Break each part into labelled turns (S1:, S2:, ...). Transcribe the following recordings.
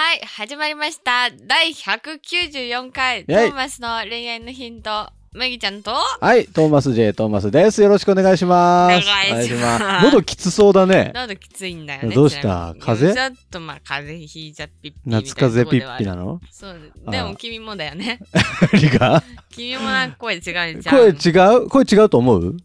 S1: はい、始まりました。第194回、ト
S2: イェイ
S1: ーマスの恋愛のヒント、麦ちゃんと、
S2: はい、トーマス J. トーマスです。よろしくお願いします。
S1: お願いします
S2: お願いし喉きつそうだね。
S1: 喉きついんだよね。
S2: どうした
S1: ちなみに
S2: 風邪
S1: ちょっとまあ、風邪ひいちゃピッピみたいな
S2: 夏風邪ピッピ
S1: とこ
S2: なの
S1: ではある。そ
S2: あ
S1: う、
S2: ー
S1: でも君もだよ ね。
S2: 何が
S1: 君もなんか声違うじゃん。
S2: 声違う声違うと思う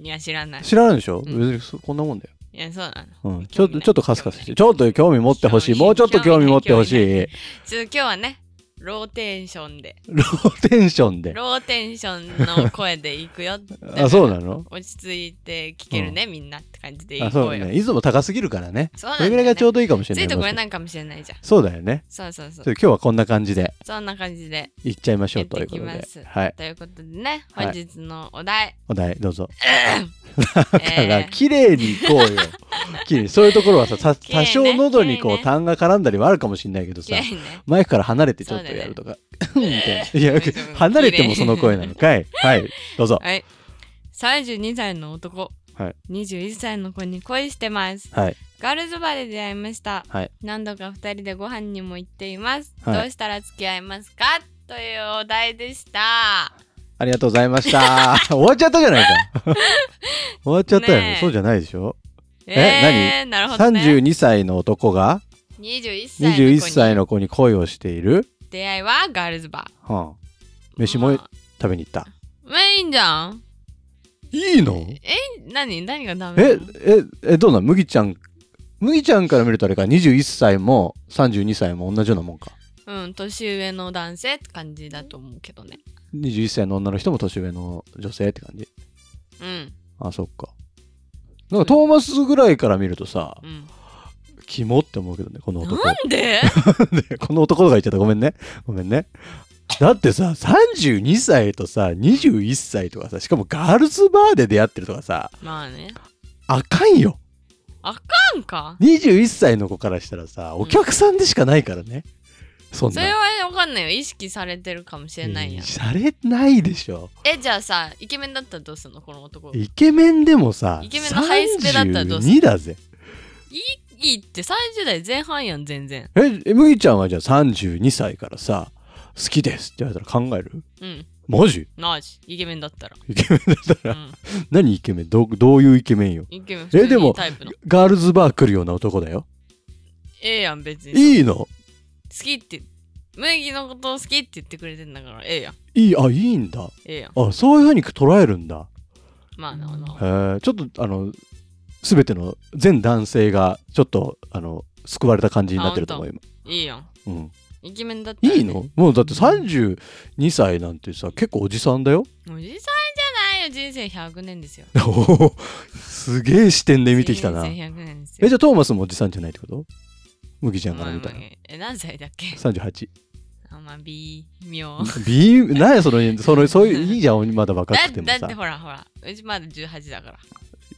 S1: いや、知らない。
S2: 知らないでしょ、
S1: うん
S2: 別にそこんなもんだよ。
S1: いや、そうなの。
S2: うん。ちょっと、ちょっとカスカスして。ちょっと興味持ってほし
S1: 興
S2: い。
S1: 味
S2: もうちょっと興味持ってほし
S1: 興
S2: い。
S1: ちょっと今日はね、ローテンションで、
S2: ローテンションで。。
S1: ローテンションの声でいくよって
S2: あ、そうなの
S1: 落ち着いて聞けるね、みんなって感じでい
S2: あ、
S1: い
S2: そう
S1: 声
S2: だ
S1: よ。
S2: ね。いつも高すぎるからね。
S1: そうなん
S2: そ
S1: だ
S2: れ
S1: よね
S2: ぐらいがちょうどいいかもしれ
S1: つ
S2: ないい。
S1: てこれないかもしれないじゃん。
S2: そうだよね。
S1: そうそうそう
S2: ちょっ。と今日はこんな感じで
S1: そんな感じで。
S2: 行っちゃいましょうとい
S1: や
S2: う
S1: って
S2: こ
S1: い
S2: と
S1: きま。。
S2: ですはい。
S1: ということでね、
S2: はい
S1: 本日のお 題。
S2: お題どうぞ。
S1: だ
S2: から綺麗に行 こうよ綺麗そういうところはささ
S1: 綺麗ね
S2: 多少喉にこ
S1: 綺麗ね
S2: う痰が絡んだりはあるかもしれないけどさ
S1: 嫌いね。
S2: マイクから離れてちょっとやるとか、うんみたいないや
S1: そうそう
S2: 離れてもその声なのかいはいどう ぞ
S1: はい。32歳の男。
S2: はい
S1: 21歳の子に恋してます。
S2: はい
S1: ガールズバーで出会いました。
S2: はい
S1: 何度か二人でご飯にも行っています。
S2: はい
S1: どうしたら付き合いますかというお題でした。
S2: ありがとうございました 終わっちゃったじゃないか終わっちゃったよね
S1: ねえ
S2: そうじゃないでしょ、
S1: えー、なるほどね。
S2: 32歳の男が
S1: 21歳の子に
S2: 21歳の子に恋をしている、
S1: 出会いはガールズバー。
S2: はあ、飯も
S1: まあ
S2: 食べに行った
S1: まあいいんじゃん。
S2: いいの
S1: 何何がダメな
S2: え
S1: の
S2: ええどうなん麦ちゃん麦ちゃんから見るとあれか21歳も32歳も同じようなもんか
S1: うん、年上の男性って感じだと思うけどね。
S2: 21歳の女の人も年上の女性って感じ
S1: うん、
S2: あそっかなんかトーマスぐらいから見るとさ
S1: うん。
S2: キモって思うけどねこの男
S1: なんで
S2: で この男が言っちゃったごめんねごめんねだってさ32歳とさ21歳とかさしかもガールズバーで出会ってるとかさ
S1: まあね。
S2: あかんよ
S1: なんか
S2: 21歳の子からしたらさお客さんでしかないからね、そん
S1: そ
S2: な
S1: れはわかんないよ。意識されてるかもしれないやん。
S2: されないでしょ
S1: え、じゃあさ、イケメンだったらどうすんのこの男。い
S2: イケメンでもさ
S1: イケメンのハイスペだったらどうする
S2: 32だぜ
S1: いって30代前半やん、全然。
S2: ええ麦ちゃんはじゃあ32歳からさ好きですって言われたら考える
S1: うん、
S2: マジ
S1: ナジ。イケメンだったら。
S2: イケメンだっ た
S1: う
S2: ら
S1: ん、
S2: 何イケメンどうどういうイケメンよ
S1: イケメン。普通
S2: で
S1: にいい
S2: も
S1: タイプの。
S2: ガールズバー来るような男だよ
S1: ええやん、別に。
S2: いいの
S1: 好きって、麦のことを好きって言ってくれてんだから、ええやん。
S2: いいあいいんだ
S1: ええやん。
S2: あそういうふうに捉えるんだ
S1: まあ、なあな
S2: へえちょっとあの全ての全男性がちょっとあの救われた感じになってると思う今
S1: いいやん。
S2: うん
S1: イケメンだったら、
S2: いいのもうだって32歳なんてさ結構おじさんだよ
S1: おじさんじゃないよ。人生100年ですよ。
S2: おーすげえ視点で見てきたな
S1: 人
S2: え
S1: 生100年ですよ
S2: じゃあトーマスもおじさんじゃないってこと麦ちゃんから見た
S1: まあま
S2: ら
S1: あえ何歳だっけ
S2: 38
S1: あんま微妙
S2: ビームなんやそのそのそう いういいじゃんまだ若
S1: だ
S2: くても
S1: だ
S2: さ
S1: ってほらほらうちまだ18だから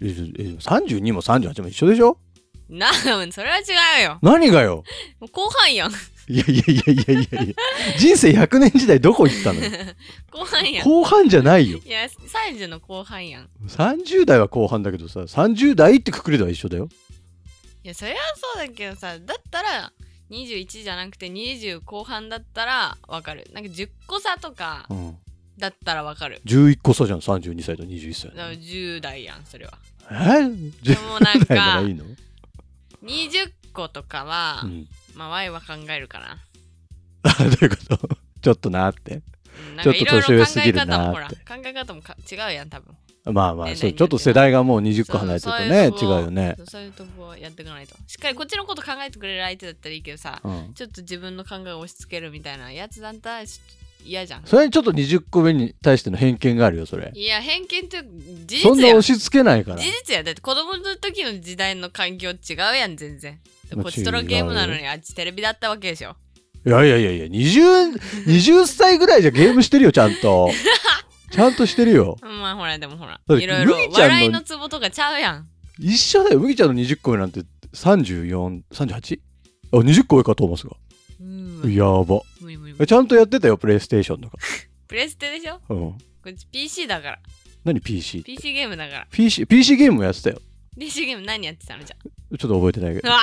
S2: ええ32も38も一緒でしょ
S1: なあそれは違うよ
S2: 何がよ
S1: もう後半やん
S2: いやいやいやいやいやいや人生100年時代どこ行ったのよ
S1: 後半やん
S2: 後半じゃないよ
S1: いや30の後半やんい
S2: 30代は後半だけどさ30代ってくくりでは一緒だよ
S1: やそれはそうだけどさだったら21じゃなくて20後半だったらわかるなんか10個差とか
S2: うん
S1: だったらわかる
S2: 11個差じゃん32歳と21歳
S1: だから10代やんそれは
S2: え
S1: でもなん
S2: 10代ならい
S1: か
S2: いの、
S1: 20個とかは、
S2: うん、
S1: まあ Y は考えるかな
S2: あどういうことちょっとなって
S1: うんなんかいろいろ
S2: ちょっと年上すぎる
S1: 考え方も
S2: な
S1: ほら
S2: ーっ
S1: 考
S2: て
S1: え方もか違うやん多分
S2: まあま
S1: ね
S2: あ
S1: え
S2: そう
S1: ねえ
S2: ちょっと世代がもう20個離れてるとね
S1: そう
S2: 違
S1: そういう
S2: う
S1: とこ
S2: よね
S1: そうそういうとこやっていかないとしっかりこっちのこと考えてくれる相手だったらいいけどさ
S2: うん
S1: ちょっと自分の考えを押し付けるみたいなやつだったらちょっと嫌じゃん
S2: それにちょっと20個目に対しての偏見があるよそれ
S1: いや偏見というか事
S2: そん
S1: 実
S2: な
S1: や
S2: 押
S1: 事
S2: し付けないから
S1: 実やだって子供の時の時代の環境違うやん全然
S2: まあ
S1: こっちとの
S2: 違うよ
S1: ゲームなのにあっちテレビだったわけでしょ
S2: いやいやいやいや、20、20歳ぐらいじゃゲームしてるよ、ちゃんと。 ちゃんとしてるよ。
S1: まあほらでもほら
S2: だって
S1: いろいろ
S2: 麦ちゃんの
S1: 笑いのツボとかちゃうやん
S2: 一緒だよ、麦ちゃんの20個上なんて34、38? あ、20個上か、トーマスが。
S1: うん
S2: やば。
S1: 無理無理無
S2: え
S1: 理
S2: ちゃんとやってたよ、プレイステーションとか。
S1: プレステでしょ
S2: うん。
S1: こっち PC だから
S2: 何 PC って
S1: PC ゲームだから
S2: PC, PC ゲームもやってたよ。
S1: PC ゲーム何やってたのじゃ
S2: ちょっと覚えてない
S1: あ
S2: け
S1: う
S2: ど。
S1: わ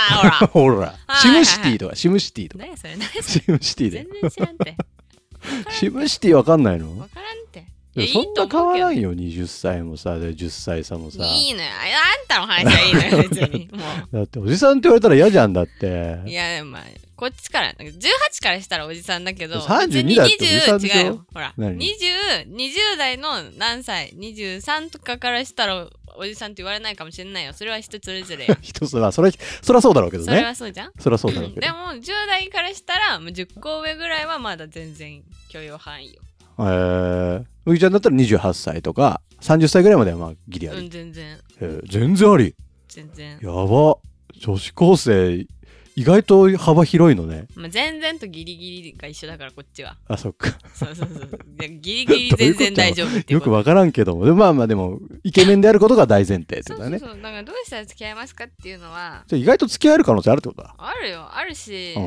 S1: あほら
S2: ほら、
S1: はい
S2: シムシティとか、シムシティとか。
S1: 何やそれ何やそ
S2: シ
S1: れ
S2: ムシティで
S1: 全。然知らんて
S2: シムシティわかんないの
S1: 分からんて
S2: いや
S1: いや
S2: そんな変わら
S1: い
S2: んよ、20歳もさ、で10歳差もさ。
S1: いいのよああんたの話はいいのよ別 にも
S2: だって、おじさんって言われたら嫌じゃんだっ
S1: うい
S2: て。
S1: やまあこっちから18からしたらおじさんだけど別に
S2: 32だっておじさんでしょ
S1: 20違うよほら
S2: 何
S1: 2020代の何歳23とかからしたらおじさんって言われないかもしれないよそれは人それぞれよ
S2: 人 そら、それ、そらそうだろうけど
S1: それ
S2: ね。
S1: はそうじゃん
S2: そらそうだろうけど
S1: で。も10代からしたらもう10個上ぐらいはまだ全然許容範囲よ。
S2: えー、むぎちゃんだったら28歳とか、30歳ぐらいまではまあギリあ
S1: う
S2: り。
S1: ん全然
S2: えー全然あり。
S1: 全然。
S2: やば。女子高生、意外と幅広いのね。
S1: まあ、全然とギリギリが一緒だからこっち は。
S2: あ、そっか。
S1: そうそうそう。でギリギリ全然大丈夫っていう
S2: よ
S1: こ
S2: く
S1: と。
S2: わからんけども。でもまあまあでも、イケメンであることが大前提って
S1: そ
S2: いう
S1: そ
S2: うか
S1: う
S2: ね。
S1: そう。だからどうしたら付き合いますかっていうのは
S2: じゃあ意外と付き合える可能性あるってことだ。
S1: あるよあるし、
S2: う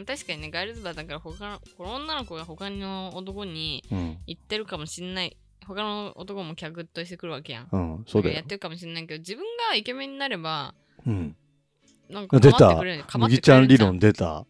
S2: ん。
S1: 確かにねガールズバーだから他のこの女の子が他の男に
S2: うん。
S1: 行ってるかもしんない他の男も客としてくるわけやん。
S2: うん。そうだ
S1: や
S2: よ
S1: っ。てるかもしんないけど自分がイケメンになれば
S2: うん。
S1: なんか
S2: 出
S1: 構って
S2: た
S1: くれる。構っ
S2: 麦
S1: て
S2: ち
S1: くれ
S2: ゃ
S1: る
S2: ん理論出た。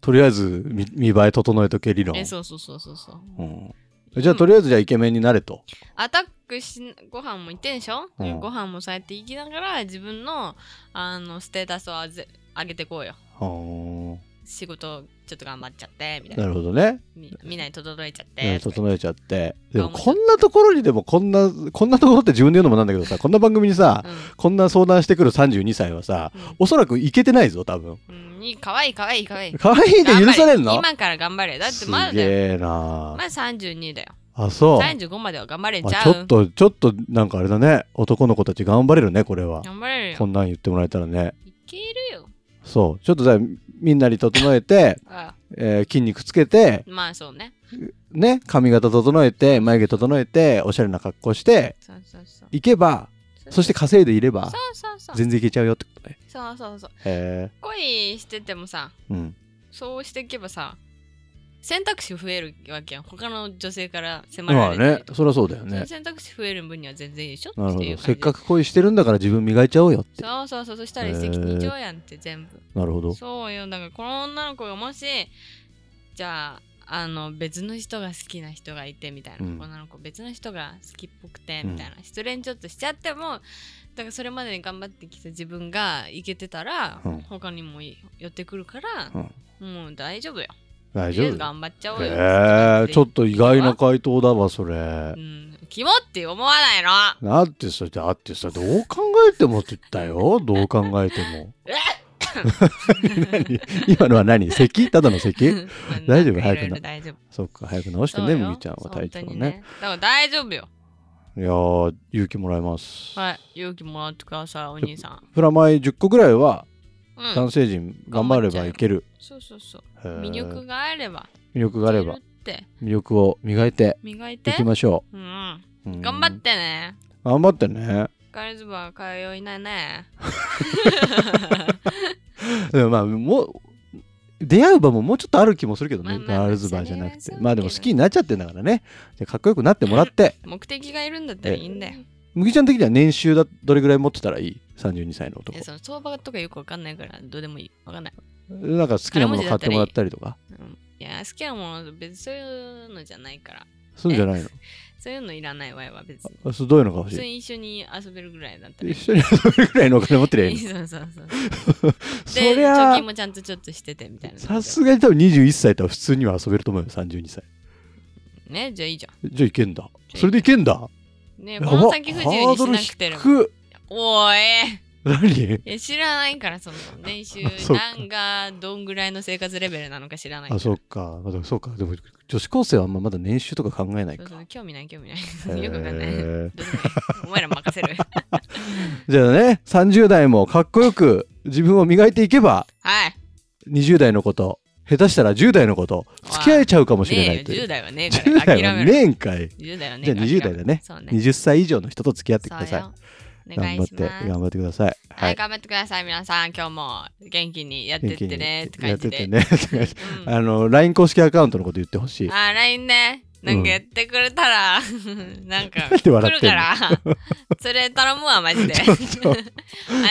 S2: とりあえず見見栄え整えとけ理論。
S1: えそうそうそうそうそう
S2: うんじゃあとりあえずじゃあイケメンになれと。
S1: アタックしご飯も行ってんでしょ、
S2: うん
S1: ご飯もそうやって行きながら自分のあのステータスをあぜ上げてこうよ
S2: うん
S1: 仕事ちょっと頑張っちゃってみたい
S2: な
S1: な
S2: るほどね。
S1: みみんなに届いちゃっ
S2: ね
S1: てとか
S2: 整えちゃって。でも
S1: 頑張っ
S2: こんなところにでもこんな、こんなところって自分で言うのもなんだけどさ、こんな番組にさ、こんな相談してくる32歳はさ、おそらくいけてないぞ、多分。
S1: うん、うんに可愛い可愛い可愛い
S2: 可愛いで 許されんの
S1: 頑張今から頑張れだってまだ
S2: す
S1: だよ
S2: げえな
S1: まだ32だよ
S2: あ、そう。
S1: 35までは頑張れんち
S2: あ
S1: ゃ
S2: ち
S1: う、
S2: ょっと、ちょっとなんかあれだね。男の子たち頑張れるね、これは。
S1: 頑張れる
S2: こ
S1: よ
S2: んなん言ってもらえたらね。
S1: いけるよ
S2: そう。ちょっとじゃあみんなに整えて、
S1: あ
S2: えー筋肉つけて、
S1: まあそうね
S2: ね、髪型整えて、眉毛整えて、おしゃれな格好して、
S1: そうそうそう
S2: いけば、そして稼いでいれ
S1: そ、
S2: ば
S1: うそうそう
S2: 全然いけちゃうよってことね。
S1: そうそうそう
S2: へ
S1: 恋しててもさ
S2: え。うん。
S1: そうしていけばさ選択肢増えるわけやん他の女性から迫られたりとか、
S2: そりゃそうだよ
S1: その。選択肢増える分には全然いいでしょ
S2: なる
S1: っ
S2: ほ
S1: てい
S2: ど。
S1: う
S2: せ
S1: 感
S2: っ
S1: じ
S2: かく恋してるんだから自分磨いちゃおうよって。
S1: そうそうそうそしたら一石二鳥やんって全部、
S2: なるほど。
S1: そうよだからこの女の子がもしじゃああの別の人が好きな人がいてみたいな、
S2: うん
S1: 女の子別の人が好きっぽくて
S2: うん
S1: みたいな、失恋ちょっとしちゃってもだからそれまでに頑張ってきた自分がいけてたら、
S2: うん
S1: 他にもい寄ってくるから、もう大丈夫よ
S2: 大
S1: とりあえ
S2: 丈
S1: ず
S2: 夫
S1: 頑張っちゃおうよ。
S2: へえ、ちょっと意外な回答だわ、それ
S1: う。ん、キモって思わないの。
S2: だってさ、だってさ、どう考えてもって言ったよ。どう考えて も。何今のは何咳ただの咳 大丈夫
S1: なんか
S2: 早くない
S1: ろいろ大丈夫。
S2: そっか、早く直して
S1: そ
S2: ね、
S1: うよ
S2: むぎちゃんは体調
S1: 本当
S2: ね
S1: にね。だから大丈夫よ。
S2: いやー、勇気もらえます。
S1: はい、勇気もらってください、お兄さん。
S2: プラマイ10個ぐらいは、
S1: うん。
S2: 男性陣頑張ればいける。
S1: そうそうそう。
S2: へー
S1: 魅力があれば。
S2: 魅力があれば
S1: い、けるって
S2: 魅力を磨いて
S1: 磨い
S2: い
S1: て
S2: き。ましょ
S1: うん。頑
S2: う。うん
S1: 張ってね。
S2: 頑張ってね。
S1: ガールズバー通いないね。
S2: でもまあ、もう、出会う場ももうちょっとある気もするけどね、
S1: まあまあ
S2: ガールズバーじゃなく
S1: そ
S2: て
S1: れ。はそうだけど
S2: まあでも好きになっちゃってんだからね。じゃあかっこよくなってもらって、
S1: 目的がいるんだったらいいんだよ。
S2: むぎちゃん的には年収だどれぐらい持ってたらいい ?32 歳の男
S1: え。その相場とかよくわかんないから、どうでもいい。わかんない。
S2: なんか好きなもの買ってもらったりとか。
S1: うんいや、好きなもの、別にそういうのじゃないから。
S2: そういうんじゃないの
S1: そういうのいらないわよ、別に。
S2: あそうどういうのが欲
S1: 普通
S2: し
S1: に一緒に遊べるぐらいだったら
S2: い
S1: いい。
S2: 一緒にそれぐらいのお金持っ てりゃいいの
S1: そうそうそう。
S2: そ
S1: で、
S2: り
S1: 貯
S2: ゃ
S1: 金もちゃんとちょっとしててみたいな。
S2: さすがに多分21歳とは普通には遊べると思うよ32歳
S1: ね、じゃあいいじゃ
S2: じゃあいけんだそれでいけんだ
S1: ん。ね、
S2: や
S1: こ
S2: ば
S1: の先不自由
S2: ハ
S1: に
S2: ード
S1: し
S2: ル
S1: なくても。
S2: 低っ
S1: おーえ
S2: 何
S1: いや知らないから、その練習
S2: そ、うか
S1: 何がどんぐらいの生活レベルなのか知らないか
S2: あ
S1: ら。
S2: そっかまだそうかでも女子高生はあんままだ年収とか考えない
S1: そう
S2: か
S1: そう興味ない、興味な
S2: へ
S1: い。
S2: ー
S1: よくわかんない。どうでもいいお前ら任 せる。
S2: じゃあね30代もかっこよく自分を磨いていけば
S1: はい。
S2: 20代のこと下手したら10代の子と付き合えちゃうかもしれないと
S1: ねえ
S2: い
S1: よ10
S2: う。
S1: 代はねえから
S2: 10代は
S1: 諦め
S2: ね
S1: ろ
S2: えんかい。
S1: 10代はね
S2: じゃあ20代だね
S1: そうね
S2: 20歳以上の人と付き合ってくだ
S1: そ
S2: さ
S1: う
S2: い
S1: よ。お願
S2: 頑張
S1: い
S2: っ、
S1: してます
S2: 頑張ってください。
S1: はい、。頑張ってください皆さん今日も元気にやってってねって
S2: や
S1: 感
S2: って
S1: じ
S2: て
S1: で、
S2: ね。
S1: うん
S2: あの、LINE 公式アカウントのこと言ってほしい。
S1: あー LINE ねなんかやってくれたら、なんか
S2: ん
S1: 来
S2: で笑っ
S1: る
S2: てん
S1: か
S2: の
S1: らそれ頼むわマジで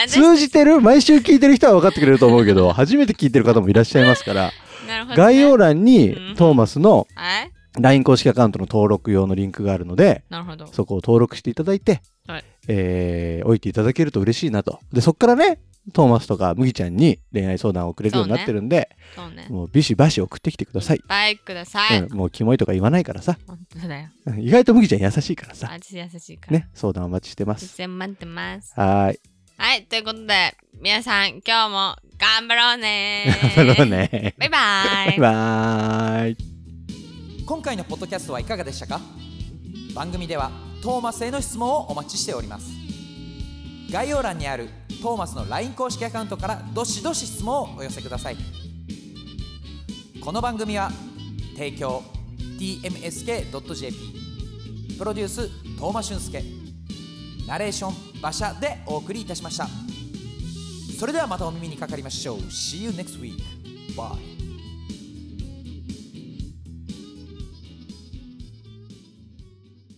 S2: 通じてる毎週聞いてる人は分かってくれると思うけど、初めて聞いてる方もいらっしゃいま すから、
S1: なるほどね、
S2: 概要欄に
S1: うん
S2: トーマスの
S1: はい
S2: LINE 公式アカウントの登録用のリンクがあるので、
S1: なるほど
S2: そこを登録していただいて、
S1: はい
S2: えー置いていただけると嬉しいなと。で、そっからね、トーマスとか麦ちゃんに恋愛相談をくれるようになってるんで、
S1: そうね
S2: もうビシバシ送ってきてください。
S1: バイクください、
S2: うん、もうキモいとか言わないからさ。
S1: 本当だよ
S2: うん意外と麦ちゃん優しいからさ。
S1: 私優しいから、
S2: ね、相談お待ちしてま
S1: 全
S2: す。
S1: 然待ってます
S2: はーい。
S1: はいということで皆さん今日も頑張ろうね
S2: 頑張ろうね。
S1: バイバイ
S2: バイバーイ。
S3: 今回のポッドキャストはいかがでしたか番組ではトーマスへの質問をお待ちしております概要欄にあるトーマスの LINE 公式アカウントからどしどし質問をお寄せくださいこの番組は提供 tmsk.jp プロデューストーマ俊介ナレーション馬車でお送りいたしましたそれではまたお耳にかかりましょう See you next week Bye